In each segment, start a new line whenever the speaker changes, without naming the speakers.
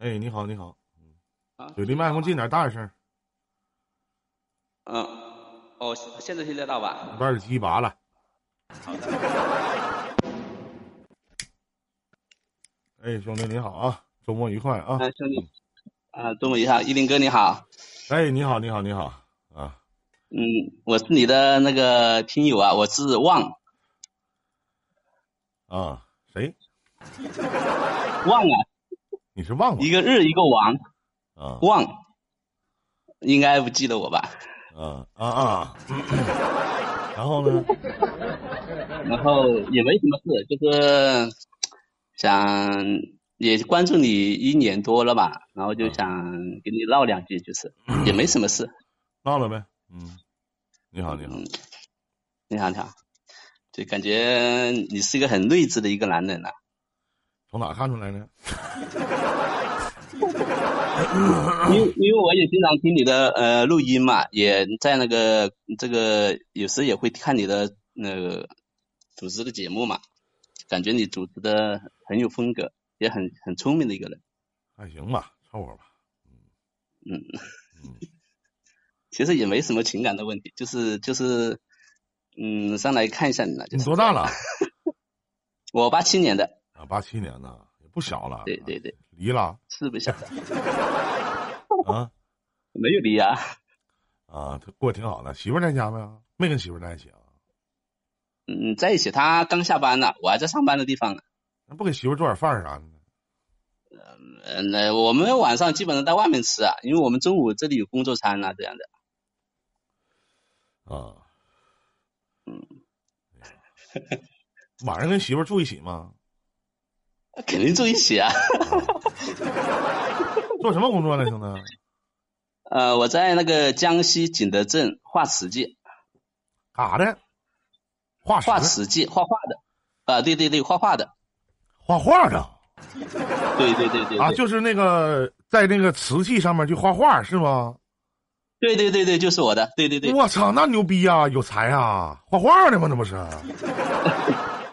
哎，你好，你好，
啊
就离麦克风近点，大点声，
嗯，哦，现在听得到吧？
把耳机拔了。哎，兄弟你好啊，周末愉快啊！
哎，兄弟，啊，中午一好，一林哥你好，
哎，你好，你好，你好啊！
嗯，我是你的那个听友啊，我是旺
啊，谁？
旺啊，
你是旺旺
一个日一个王
啊
旺，应该不记得我吧？
啊啊啊！然后呢？
然后也没什么事，就是想也关注你一年多了吧，然后就想跟你唠两句，就是
嗯
也没什么事。
闹了呗？嗯，你好，你好，
嗯，你好，你好，对，感觉你是一个很睿智的一个男人啊。
从哪看出来呢？
因为因为我也经常听你的呃录音嘛，也在那个这个有时也会看你的那个主持的节目嘛，感觉你主持的很有风格，也很很聪明的一个人。
还行吧，凑合吧。
嗯
嗯，
其实也没什么情感的问题，就是就是嗯，上来看一下你了，就
你
是
多大了？
我八七年的，
啊，八七年的，也不小了。
对对对，
离了
是 不想
啊
没有离啊，
啊，过得挺好的。媳妇儿在家没有？没跟媳妇儿在一起啊？
嗯，在一起他刚下班了，我还在上班的地方呢。
那不给媳妇儿做点饭啥的呢？
嗯，那我们晚上基本上在外面吃啊，因为我们中午这里有工作餐啊，这样的。
啊，
嗯
哎呀，晚上跟媳妇儿住一起吗？
肯定住一起啊。
做什么工作呢，兄弟？
呃，我在那个江西景德镇画瓷器，
干啥的？画
画
石
瓷器，画画的。啊、对对对，画画的。
画画的
对对对对对
啊，就是那个在那个瓷器上面去画画是吗？
对对对对，就是我的。对对对，
我操，那牛逼呀、有才啊！画画的吗？那不是？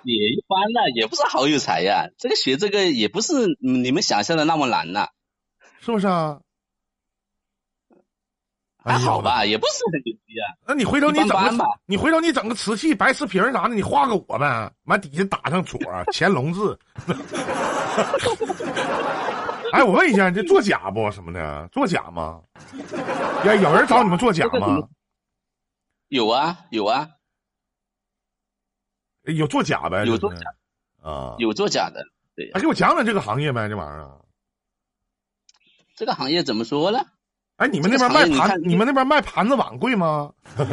也一般了，也不是好有才呀。这个学这个也不是嗯你们想象的那么难呐、
是不是啊？哎
还
呦
好
我的
吧，也不是很牛逼啊。
那你回头你整
一般般
个
吧，
你回头你整个瓷器、白瓷瓶儿啥的，你画个我呗，完底下打上戳儿 乾隆字。哎，我问一下，这作假不什么的？作假吗？呀，有人找你们作假吗？
有啊有啊，
有作假呗？
有
就是
作假
啊？
有作假的。
哎，给我讲讲这个行业呗，这玩意儿。啊
这个行业怎么说呢？
哎，你们那边
这个
卖
行业你
盘，
看
你们那边卖盘子碗贵吗？
啊，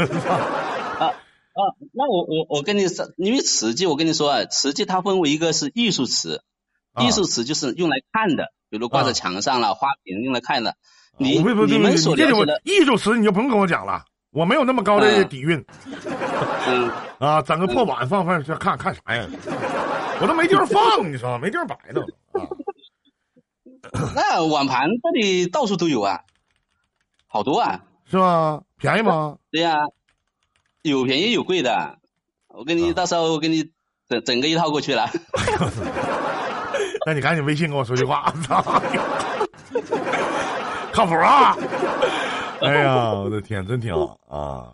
那我我我跟你说，因为瓷器，我跟你说啊，瓷器它分为一个是艺术瓷，
啊
艺术瓷就是用来看的，比如挂在墙上了，花瓶用来看的。你
我不不不，
你
你
们所
这
了解
种
的，
艺术词你就不用跟我讲了，我没有那么高的
嗯
底蕴
嗯，
啊！整个破碗放放这看看啥呀？我都没地方放，你说没地方摆都啊！
那碗盘这里到处都有啊，好多啊，
是吧？便宜吗？
对呀、有便宜有贵的，我给你、
啊
到时候我给你整整个一套过 去了。
那你赶紧微信跟我说句话，操！靠谱啊！哎呀，我的天，真挺好啊！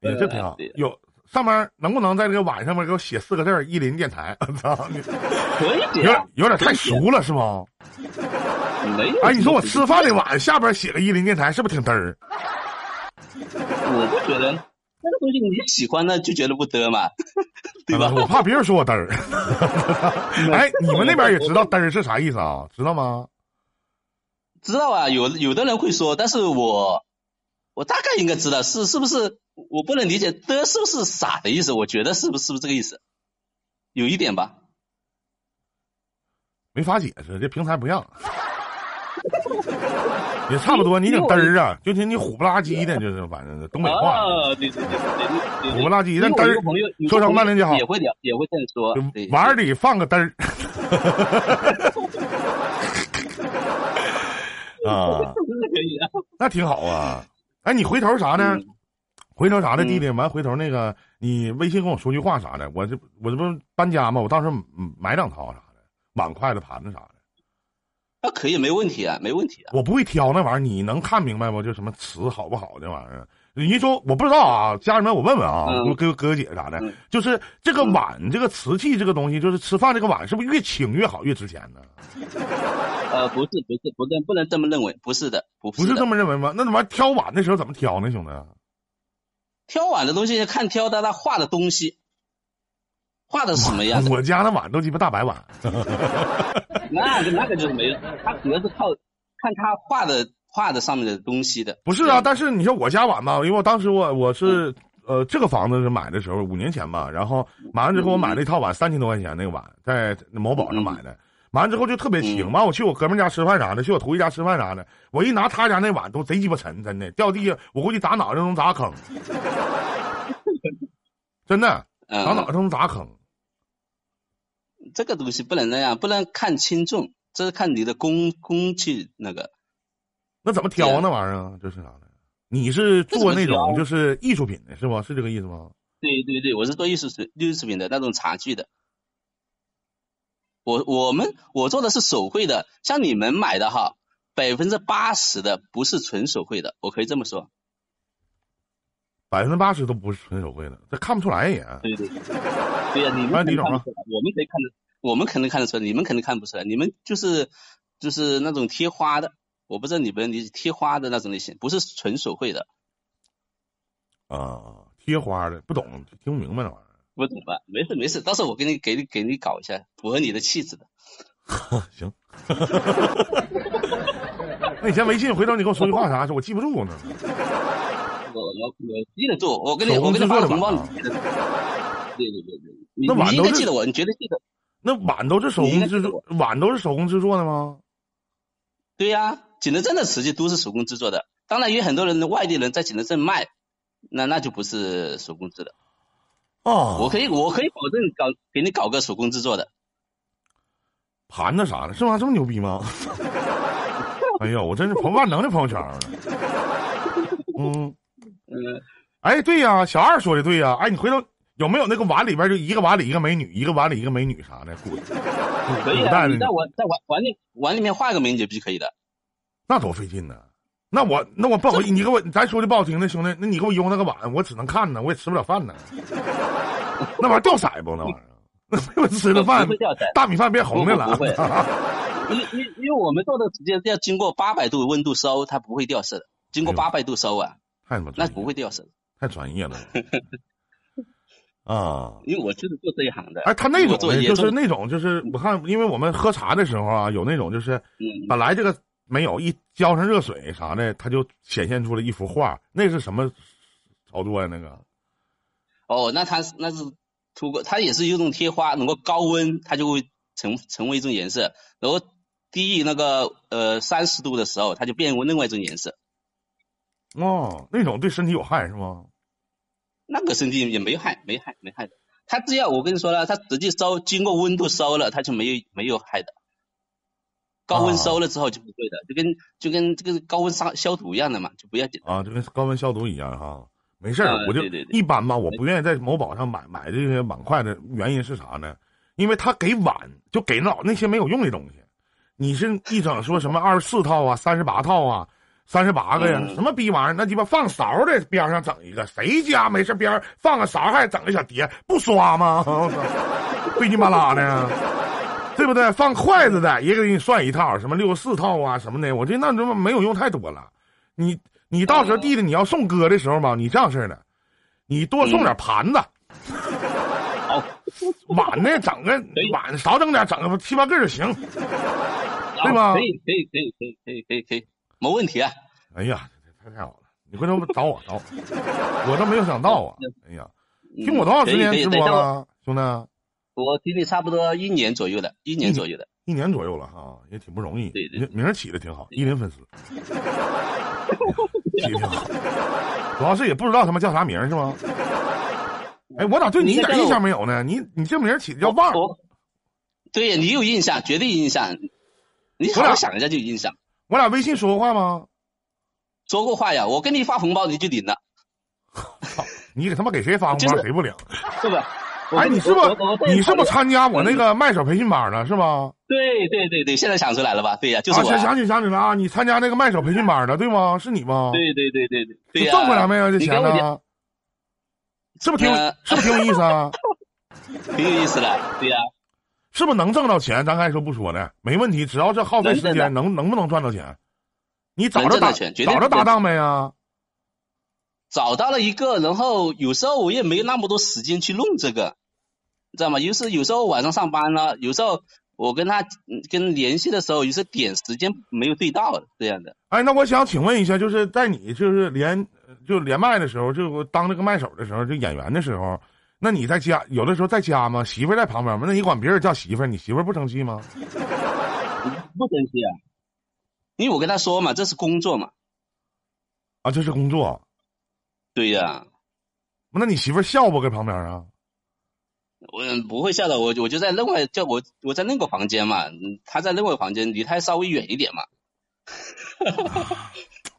也这挺好
对。啊
有上面能不能在这个碗上面给我写四个字儿“伊林电台”？我操，你
啊可以
有
点啊
点，有点太熟了是吗？
没有。
哎，你说我吃饭的碗下边写个“伊林电台”，是不是挺嘚儿？
我不觉得那个东西你喜欢那就觉得不得嘛，对吧？
嗯我怕别人说我嘚 儿。哎，你们那边也知道“嘚儿”是啥意思啊？知道吗？
知道啊，有有的人会说，但是我我大概应该知道是是不是我不能理解的是不是傻的意思？我觉得是不是是不是这个意思？有一点吧，
没法解释，这平台不 让。也差不多，你挺嘚儿啊，就是你虎不拉几的，就是反正是东北话，
啊，对对对对对
虎不拉几，但嘚
有
儿
个朋友，有
说
个
成
朋
慢点就好
友也会聊，也会这样说
就，
对，
碗儿里放个嘚 儿。 啊，
是可以的。
那挺好啊。哎，你回头啥呢？
嗯
回头啥的，弟弟，完回头那个，你微信跟我说句话啥的，我这我这不是搬家吗？我到时候嗯买两套啥的，碗筷子、盘子啥的。
啊，可以，没问题啊，没问题啊。
我不会挑那玩意儿，你能看明白不？就什么词好不好这玩意儿？人说我不知道啊，家人们我问问啊，
嗯
哥哥姐啥的，
嗯
就是这个碗、这个瓷器这个东西，就是吃饭这个碗，是不是越轻越好越值钱呢？
呃，不是，不是，不能不能这么认为，不是的，不
不是这
的。
么认为吗？那他妈挑碗的时候怎么挑呢，兄弟？
挑碗的东西看挑的他画的东西，画的是什么样子，
我家那碗都鸡巴大白碗，
那个那个就是没有，他主要是靠看他画的画的上面的东西的。
不是啊，但是你说我家碗吧，因为我当时我我是、
嗯
呃这个房子是买的时候五年前吧，然后买完之后我买了一套碗三千多块钱那个碗，在某宝上
嗯
买的，买完之后就特别轻，完、我去我哥们家吃饭啥的，去我徒弟家吃饭啥的，我一拿他家那碗都贼鸡巴沉，真的掉地下我估计打脑袋能 砸坑，真的
嗯，
打脑袋能砸坑。
这个东西不能那样，不能看轻重，这是看你的工工具那个。
那怎么挑啊那玩意儿啊？这是啥的？你是做那种
这怎么挑
就是艺术品的是吧？是这个意思吗？
对对对，我是做艺术品艺术品的那种茶具的。我我们我做的是手绘的，像你们买的哈，百分之八十的不是纯手绘的，我可以这么说。
百分之八十都不是纯手绘的，这看不出来也。
对对对，对呀、你
哎
们
李
肯定
总
看
啊
得出来，我们可以看得，我们肯定看得出来，你们肯定看不出来，你们就是就是那种贴花的，我不知道你们你贴花的那种类型，不是纯手绘的，
啊，贴花的不懂，听不明白那玩意儿。
不懂吧？没事没事，到时候我给你给你给你搞一下，符合你的气质的。
行，那你先微信，回头你跟我说句话啥事，我记不住呢。
我我我记得住，我给你
手工
我给你发
制
个
作
红
的碗
包，你
啊
记得住。对对对对，你
那碗
你
都
应该
是
记得我，你绝对记得。
那碗都是手工制作，碗都是手工制作的吗？
对呀、景德镇的瓷器都是手工制作的，当然也有很多人外地人在景德镇卖，那那就不是手工制的。
啊
我可以我可以保证搞给你搞个手工制作的，
盘子啥的，是吗？这么牛逼吗？ 哎呦，我真是朋万能的朋友圈儿了。嗯，
嗯，
哎，对呀、小二说的对呀、哎，你回头有没有那个碗里边就一个碗里一个美女，一个碗里一个美女啥的？古古
可以
古
啊，
代的
你在碗在碗碗里碗里面画个美女就可以的。
那多费劲呢。那我那我不好意思，你给我咱说的不好听的，兄弟，那你给我邮那个碗，我只能看呢，我也吃不了饭呢。 那玩意儿掉色不？那玩意儿，那我吃了饭
不会掉色，
大米饭变红的了。
不会不因为因为因为我们做的直接要经过八百度温度烧，它不会掉色的。经过
哎呦
八百度烧啊，
太他妈
那
专
不
业，
会掉色的。
太专 业了。啊，
因为我就是做这一行的。
哎，他那种
我做
的
也
就是
做
那种就是，我看，因为我们喝茶的时候啊，有那种就是
嗯，
本来这个没有，一浇上热水啥的，它就显现出了一幅画，那是什么操作呀、那个
哦，那它是那是通过它也是用贴花，能够高温它就会成成为一种颜色，然后低于那个呃三十度的时候，它就变为另外一种颜色。
哦，那种对身体有害是吗？
那个身体也没害，没害，没害的。它只要我跟你说了，它直接烧，经过温度烧了，它就没有没有害的。高温
啊
烧了之后就不会的，就跟就跟这个高温杀消毒一样的嘛，就不要紧。
啊，就跟高温消毒一样哈。没事儿，
嗯
我就
对对对
一般吧，我不愿意在某宝上买买这些碗筷的原因是啥呢？因为他给碗就给老那些没有用的东西，你是一整说什么二十四套啊、三十八套啊、三十八个呀，
嗯
什么逼玩意儿？那鸡巴放勺的边上整一个，谁家没事边儿放个勺还整个小碟，不刷吗？ 我操费劲巴拉的，对不对？放筷子的也给你算一套，什么六十四套啊什么的，我这那他妈没有用太多了。你你到时
哦
候弟弟你要送哥的时候吧，你这样式儿的，你多送点盘子，
嗯哦，
碗呢整个
以
碗少整点，整个七八个就行。对吧
啊可以，可以，可以，可以，可以，可以，可以，没问题啊。
哎呀，这太太好了，你回头找我找我，我都没有想到啊。哎呀，
嗯
听我多长时间
可以
直
可以
播
等一下
了，啊兄弟？
我我听你差不多一年左右的，一年左右的。
一年左右了哈，也挺不容易。
对对
你这名儿起的挺好，一零 粉丝，起的挺好。主要是也不知道他妈叫啥名儿是吗？哎，我咋对你一
你应该哦
点
叫
印
我
象没有呢？你你这名儿起的叫旺儿，
我，对呀，你有印象，绝对有印象。你好
我俩
好想一下就有印象。
我俩微信说过话吗？
说过话呀，我给你发红包你就领了，
你给他妈给谁发红
就
包
是
谁不领？
是不是？
哎，你是不你是不参加我那个麦手培训班了是吧？
对对对对，现在想出来了吧？对呀，就是
啊，
我
想
啊。
想起想起来啊，你参加那个麦手培训班了对吗？是你吗？
对对对对对对
你
呀。
挣回来没有这
你
钱
给我点
呢？是不是挺有
呃
是不是挺有意思啊？
挺有意思的，对呀、
是不是能挣到钱？咱刚才说不说呢？没问题，只要是耗费时
能
间，
挣
能能不能赚到钱？你找
能
着
挣到
搭
钱绝对
找着
能挣
搭档没啊？
找到了一个，然后有时候我也没有那么多时间去弄这个，你知道吗？有时有时候晚上上班了，有时候我跟他嗯跟联系的时候，有时点时间没有对到这样的。
哎，那我想请问一下，就是在你就是连呃就连麦的时候，就我当这个麦手的时候，就演员的时候，那你在家有的时候在家吗？媳妇儿在旁边吗？那你管别人叫媳妇儿，你媳妇儿不生气吗？
不珍惜啊，因为我跟他说嘛，这是工作嘛，
啊，这是工作。
对呀、
那你媳妇儿笑不？搁旁边 啊？
我不会笑的，我我就在另外叫我我在另一个房间嘛，嗯他在另外一个房间，离他稍微远一点嘛。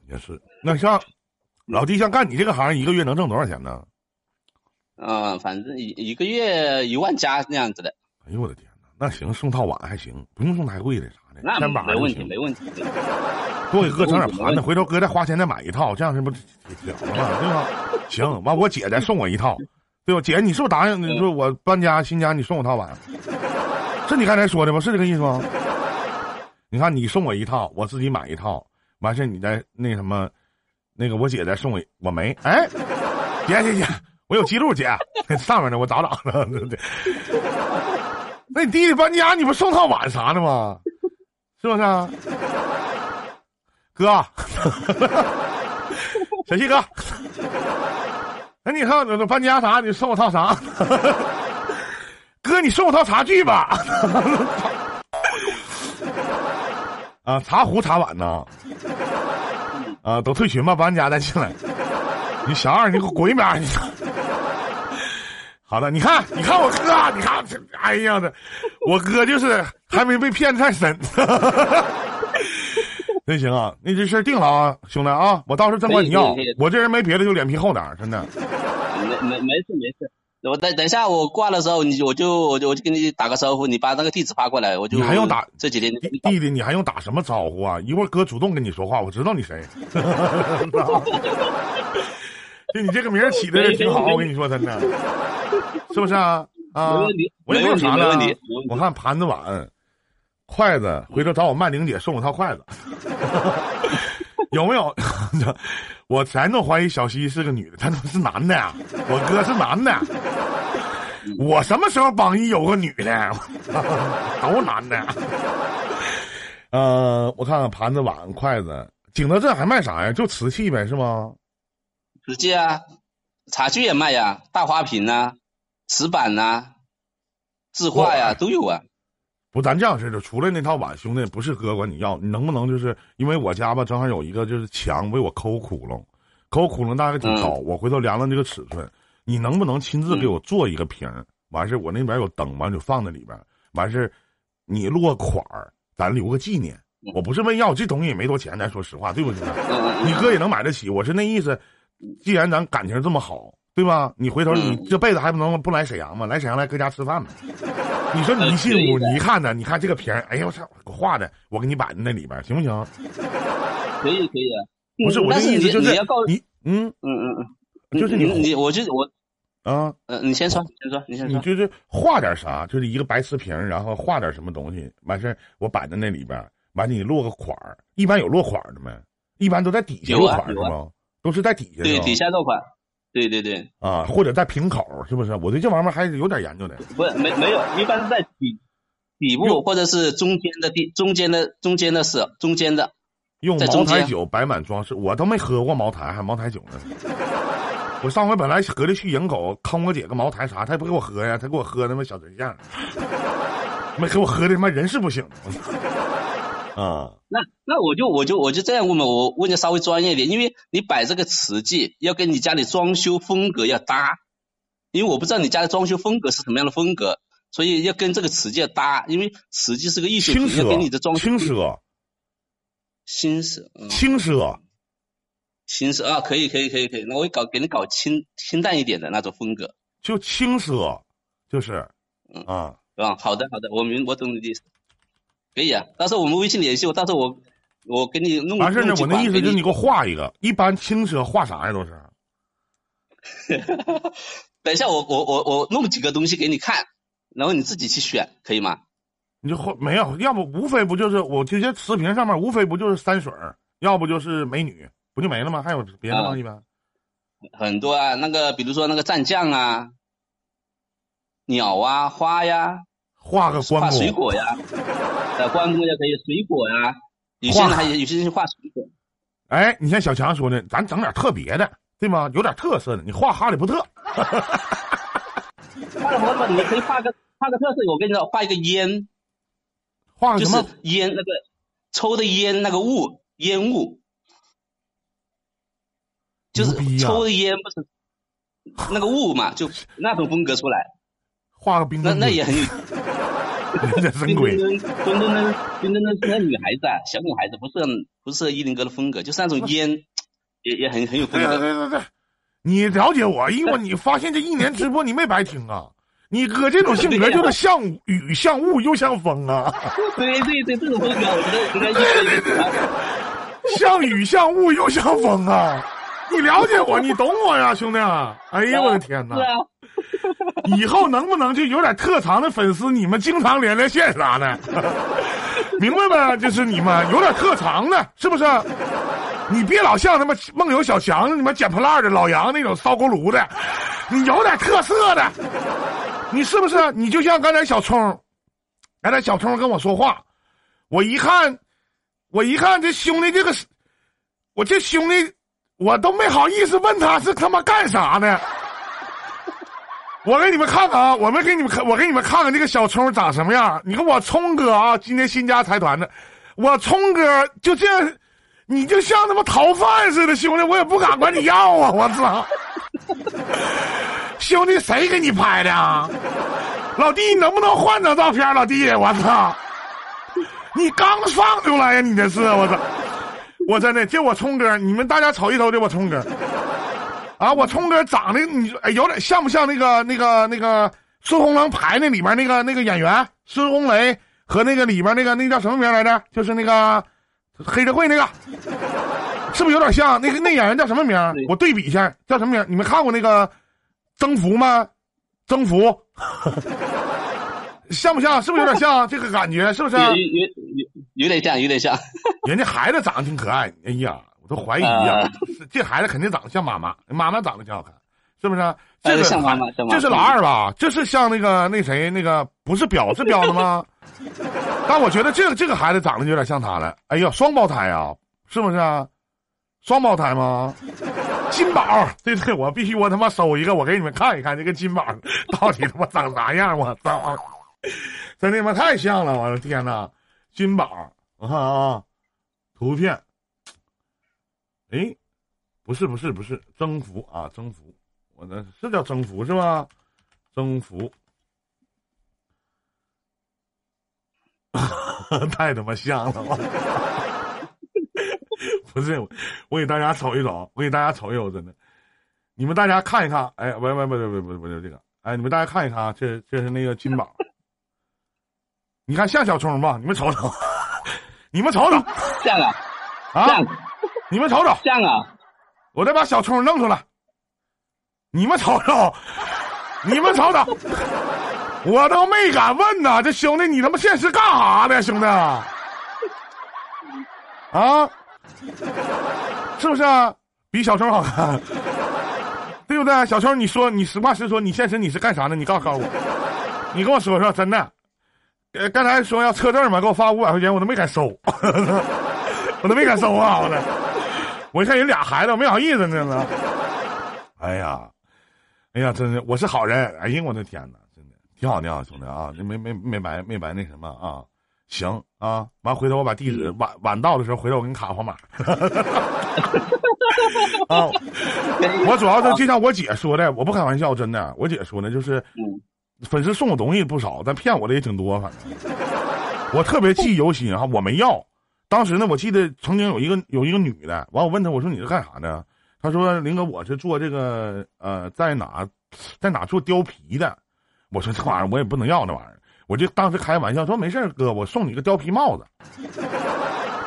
也是。那像老弟，像干你这个行业，一个月能挣多少钱呢？
嗯，反正一一个月一万加那样子的，
哎呦我的天哪！那行，送套碗还行，不用送太贵的啥的，
那
千把
没
就
问题，
行。
没问题。
多给哥整点盘
没问
子，
题
回头哥再花钱再买一套，这样是不是了了吗？对吧？行，完我姐再送我一套，对吧？姐，你是不是答应你说我搬家新家你送我套碗？是你刚才说的吗？是这个意思吗？你看你送我一套，我自己买一套，完事儿你再那什么，那个我姐再送我一我没哎，姐姐姐，我有记录姐， 上面呢我找找呢。对对那你弟弟搬家你不送套碗啥的吗？是不是啊？哥，小西哥，那哎你看我这搬家啥，你送我套啥？ 哥，你送我套茶具吧。 啊，茶壶、茶碗呐，啊，都退群吧，搬家再进来。你小二，你给我滚一边儿！你好的，你看，你看我哥，你看这，哎呀的，我哥就是还没被骗得太深。 那行啊，那这事儿定了啊，兄弟啊，我到时候真管你要
可以可以可以。
我这人没别的，就脸皮厚点儿真的。
没没没事没事，我等等一下我挂的时候，你就我就我就我就跟你打个招呼，你把那个地址发过来，我就
你还用打
这几天就
弟弟弟，你还用打什么招呼啊？一会儿哥主动跟你说话，我知道你谁。 就你这个名儿起的也挺好，我跟你说真的，是不是啊？啊
没问题，
我也没有啥了
没问
啊
题没问题没问。题
我看盘子碗、筷子，回头找我曼玲姐送我套筷子， 有没有？ 我全都怀疑小西是个女的，他他妈是男的呀！我哥是男的，我什么时候榜一有个女的？ 都男的。呃，我看看盘子、碗、筷子，景德镇还卖啥呀？就瓷器呗，是吗？
直接啊，茶具也卖呀、大花瓶呐、瓷板呐、啊字画呀、都有啊。
不，咱这样式的，除了那套碗，兄弟，不是哥管你要，你能不能就是因为我家吧，正好有一个就是墙被我抠窟窿，抠窟窿大概挺
嗯
高，我回头量量这个尺寸，你能不能亲自给我做一个瓶儿？完事儿我那边有灯，完就放在里边儿，完事儿你落个款儿，咱留个纪念。我不是问要，这东西也没多钱，咱说实话，对不对？
嗯嗯
你
嗯，
哥也能买得起。我是那意思，既然咱感情这么好，对吧？你回头你
嗯
这辈子还不能不来沈阳吗？来沈阳来搁家吃饭呗。你说你一进屋，你一看呢，你看这个瓶儿，哎呀我操，我画的，我给你摆在那里边儿，行不行？
可以可以啊。
不是
嗯
我的
但
意思
你
就是
你要告
你嗯，
嗯嗯嗯，
就是
你
你
你我就我
啊，
呃你先说先说你先
你
说。
就是画点啥，就是一个白瓷瓶儿，然后画点什么东西，完事儿我摆在那里边儿，完你落个款儿，一般有落款儿的没？一般都在底下
有
落
啊
款儿是
有啊
吗？都是在底下
对
是吧
底下落款，对对对，
啊，或者在瓶口儿是不是？我对这玩意儿还是有点研究的。
不是没没有，一般是在底底
哟
部或者是中间的地中间的中间的是中间的。
用
在
茅
中间
台酒摆满装饰，我都没喝过茅台，还茅台酒呢。 我上回本来合着去营口坑我姐个茅台啥，她也不给我喝呀，她给我喝他妈小真相，没给我喝的他妈人是不行。啊，
那那我就我就我就这样问嘛，我问的稍微专业一点，因为你摆这个瓷器要跟你家里装修风格要搭，因为我不知道你家的装修风格是什么样的风格，所以要跟这个瓷器要搭，因为瓷器是个艺术
轻
品，要跟你的
奢，
装修
轻奢，
新式，嗯，
轻奢，
新式啊，可以可以可以可以，那我会搞给你搞清清淡一点的那种风格，
就轻奢，就是，啊，
啊，好的好的，我明我懂你的意思，可以啊。到时候我们微信联系我，到时候我我给你弄。
完事儿呢
弄，几
我那
款
意思
给
就是你给我画一个，一般轻奢画啥呀都是。
等一下我我我我弄几个东西给你看，然后你自己去选，可以吗？
你就后没有，要不无非不就是我这些视频上面无非不就是山水儿，要不就是美女，不就没了吗？还有别的吗？
啊
一般
很多啊，那个比如说那个蘸酱啊，鸟啊，花呀，
画个关
画水
公，
果呀，呃，关公也可以，水果呀，有些人还有些人画水果，
哎，你像小强说的，咱整点特别的，对吗？有点特色的，你画哈利波特，
画什么？你可以画个画个特色，我跟你说，画一个烟，
画个
就
啊什
是
么？
烟那个抽的烟那个雾，烟雾，就
牛逼啊
是
呀
抽的烟不 是那个雾嘛，就那种风格出来，
画个冰
那
墩
那
墩，
也很有
这
冰
真
墩
鬼。
墩冰墩墩冰墩墩是那女孩子啊，小女孩子，不是不是依林哥的风格，就是那种烟，也也很很有风
对对
格。
对对对，你了解我，因为你发现这一年直播你没白听啊。你哥这种性 格就是像雨像雾又像风啊，
对对对，这种风格我觉得应该 一个
哎像雨像雾又像风啊。你了解我，你懂我呀，兄弟啊！哎呀，我的天哪
是！啊，
以后能不能就有点特长的粉丝，你们经常连连线啥的， 明白吗？就是你们有点特长的，是不是？你别老像他妈梦游小强、你们捡破烂的老杨那种烧锅炉的，你有点特色的，你是不是？你就像刚才小聪，刚才小聪跟我说话，我一看，我一看这兄弟这个，我这兄弟，我都没好意思问他是他妈干啥的。我给你们看看啊，我们给你们看，我给你们看看这个小葱长什么样。你看我聪哥啊，今天新加财团的，我聪哥就这样，你就像他妈逃犯似的，兄弟，我也不敢管你要啊，我操！兄弟，谁给你拍的啊？老弟，你能不能换张照片？老弟，我操！你刚放出来呀、你这是我操！我真的，这我聪哥，你们大家瞅一瞅这我聪哥。啊，我聪哥长得你说哎有点像不像那个那个那个《孙红狼牌》那里面那个那个演员孙红雷和那个里面那个那叫什么名来着？就是那个黑社会那个，是不是有点像？那个那演员叫什么名？我对比一下，叫什么名？你们看过那个《征服》吗？《征服》像不像？是不是有点像这个感觉？是不是？啊
有有有有点像，有点像。
人家孩子长得挺可爱，哎呀，我都怀疑呀、
啊
这这孩子肯定长得像妈妈，妈妈长得挺好看，是不是？这
哎
是
像妈妈像妈妈
这是老二吧？这是像那个那谁那个不是表是表的吗？但我觉得这个这个孩子长得有点像他了。哎呀，双胞胎啊，是不是啊？双胞胎吗？金宝，对对，我必须我他妈收一个，我给你们看一看这个金宝 到底他妈长啥样，我操！真他妈太像了，我的天呐！金宝，我看啊，图片，哎，不是不是不是，征服啊，征服，我那是叫征服是吧？征服， 太他妈像了我。 不是，我我给大家瞅一瞅，我给大家瞅一瞅，真的，你们大家看一看，哎，不不不不不不是这个，哎，你们大家看一看啊，这这是那个金宝，你看像小聪吧？你们瞅 瞅，你们瞅瞅
像啊，
啊
像！
你们瞅瞅，
像啊，
我再把小聪弄出来，你们瞅瞅，你们瞅瞅，我都没敢问呐，这兄弟你他妈现实干啥呢，兄弟？啊，是不是、啊、比小聪好看？对不对？小聪，你说你实话实说，你现实你是干啥的？你告诉告诉我，你跟我说说，真的。呃，刚才说要测证嘛，给我发五百块钱，我都没敢收， 我都没敢收啊！我这，我一看有俩孩子，我没好意思呢呢。哎呀，哎呀，真是我是好人。哎呀，我的天哪，真的挺好，挺好，兄弟啊，没没没白没白那什么啊。行啊，完回头我把地址晚晚到的时候，回头我给你卡号码。 啊，我主要是就像我姐说的，我不开玩笑，真的，我姐说的就是
嗯，
粉丝送我东西不少，但骗我的也挺多，反正我特别记忆犹新啊，我没要。当时呢，我记得曾经有一个有一个女的，完我问她，我说你是干啥的？啊她说林哥，我是做这个呃，在哪在哪做貂皮的。我说这玩意儿我也不能要那玩意儿，我就当时开玩笑说没事儿哥，我送你个貂皮帽子。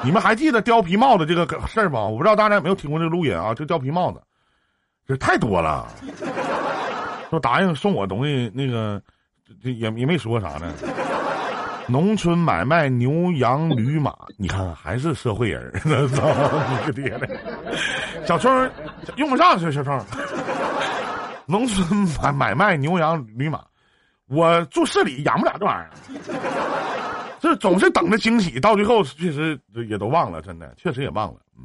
你们还记得貂皮帽子这个事儿吗？我不知道大家有没有听过这个录音啊，就貂皮帽子，这太多了。说答应送我东西，那个这也也没说啥呢。农村买卖牛羊驴马，你看还是社会人儿， 操你个爹的！小春儿用不上，小小春儿。农村买买卖牛羊驴马，我住市里养不了这玩意儿。这总是等着惊喜，到最后确实也都忘了，真的确实也忘了。嗯，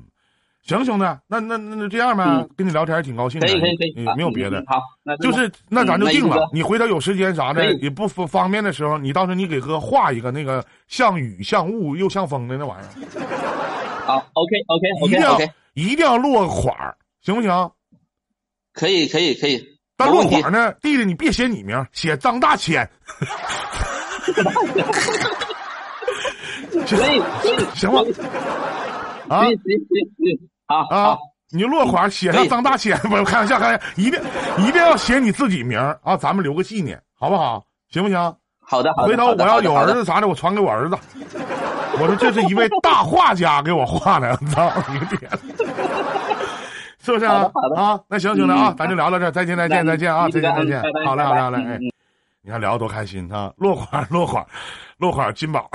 行，兄弟，那那那那这样呗，
嗯
跟你聊天挺高兴
可
的，
以可以可以，
嗯
好
没有别的
嗯。好，那这
就
样
是那咱就定
那一
了
个，
你回头有时间啥的
可以
也不方方便的时候，你到时候你给哥画一个那个像雨像雾又像风的那玩意儿，
好，OK OK
一定
OK
要
OK，
一定要落款儿，行不行？
可以可以可以，
但
没
落
问题
款儿呢，弟弟你别写你名儿，写张大千，
可以可以，
行吧
可以
啊
行行行行，好
啊
好，，
你就落款儿写上
可以
张大千， 不是开玩笑，开玩笑，一定一定要写你自己名儿啊，咱们留个纪念，好不好？行不行？
好的好的，
回头
好的
我要有
好
儿
的
子啥的，我传给我儿子。我说这是一位大画家给我画的， 操你个天！是不是啊
好的好？的
啊，那行兄弟啊
嗯，
咱就聊到这儿，再见再见
那
再见啊，
你
再见再见
拜拜，
好嘞好嘞好嘞，
拜拜
哎
嗯，
你看聊得多开心啊！落款落款落款金宝，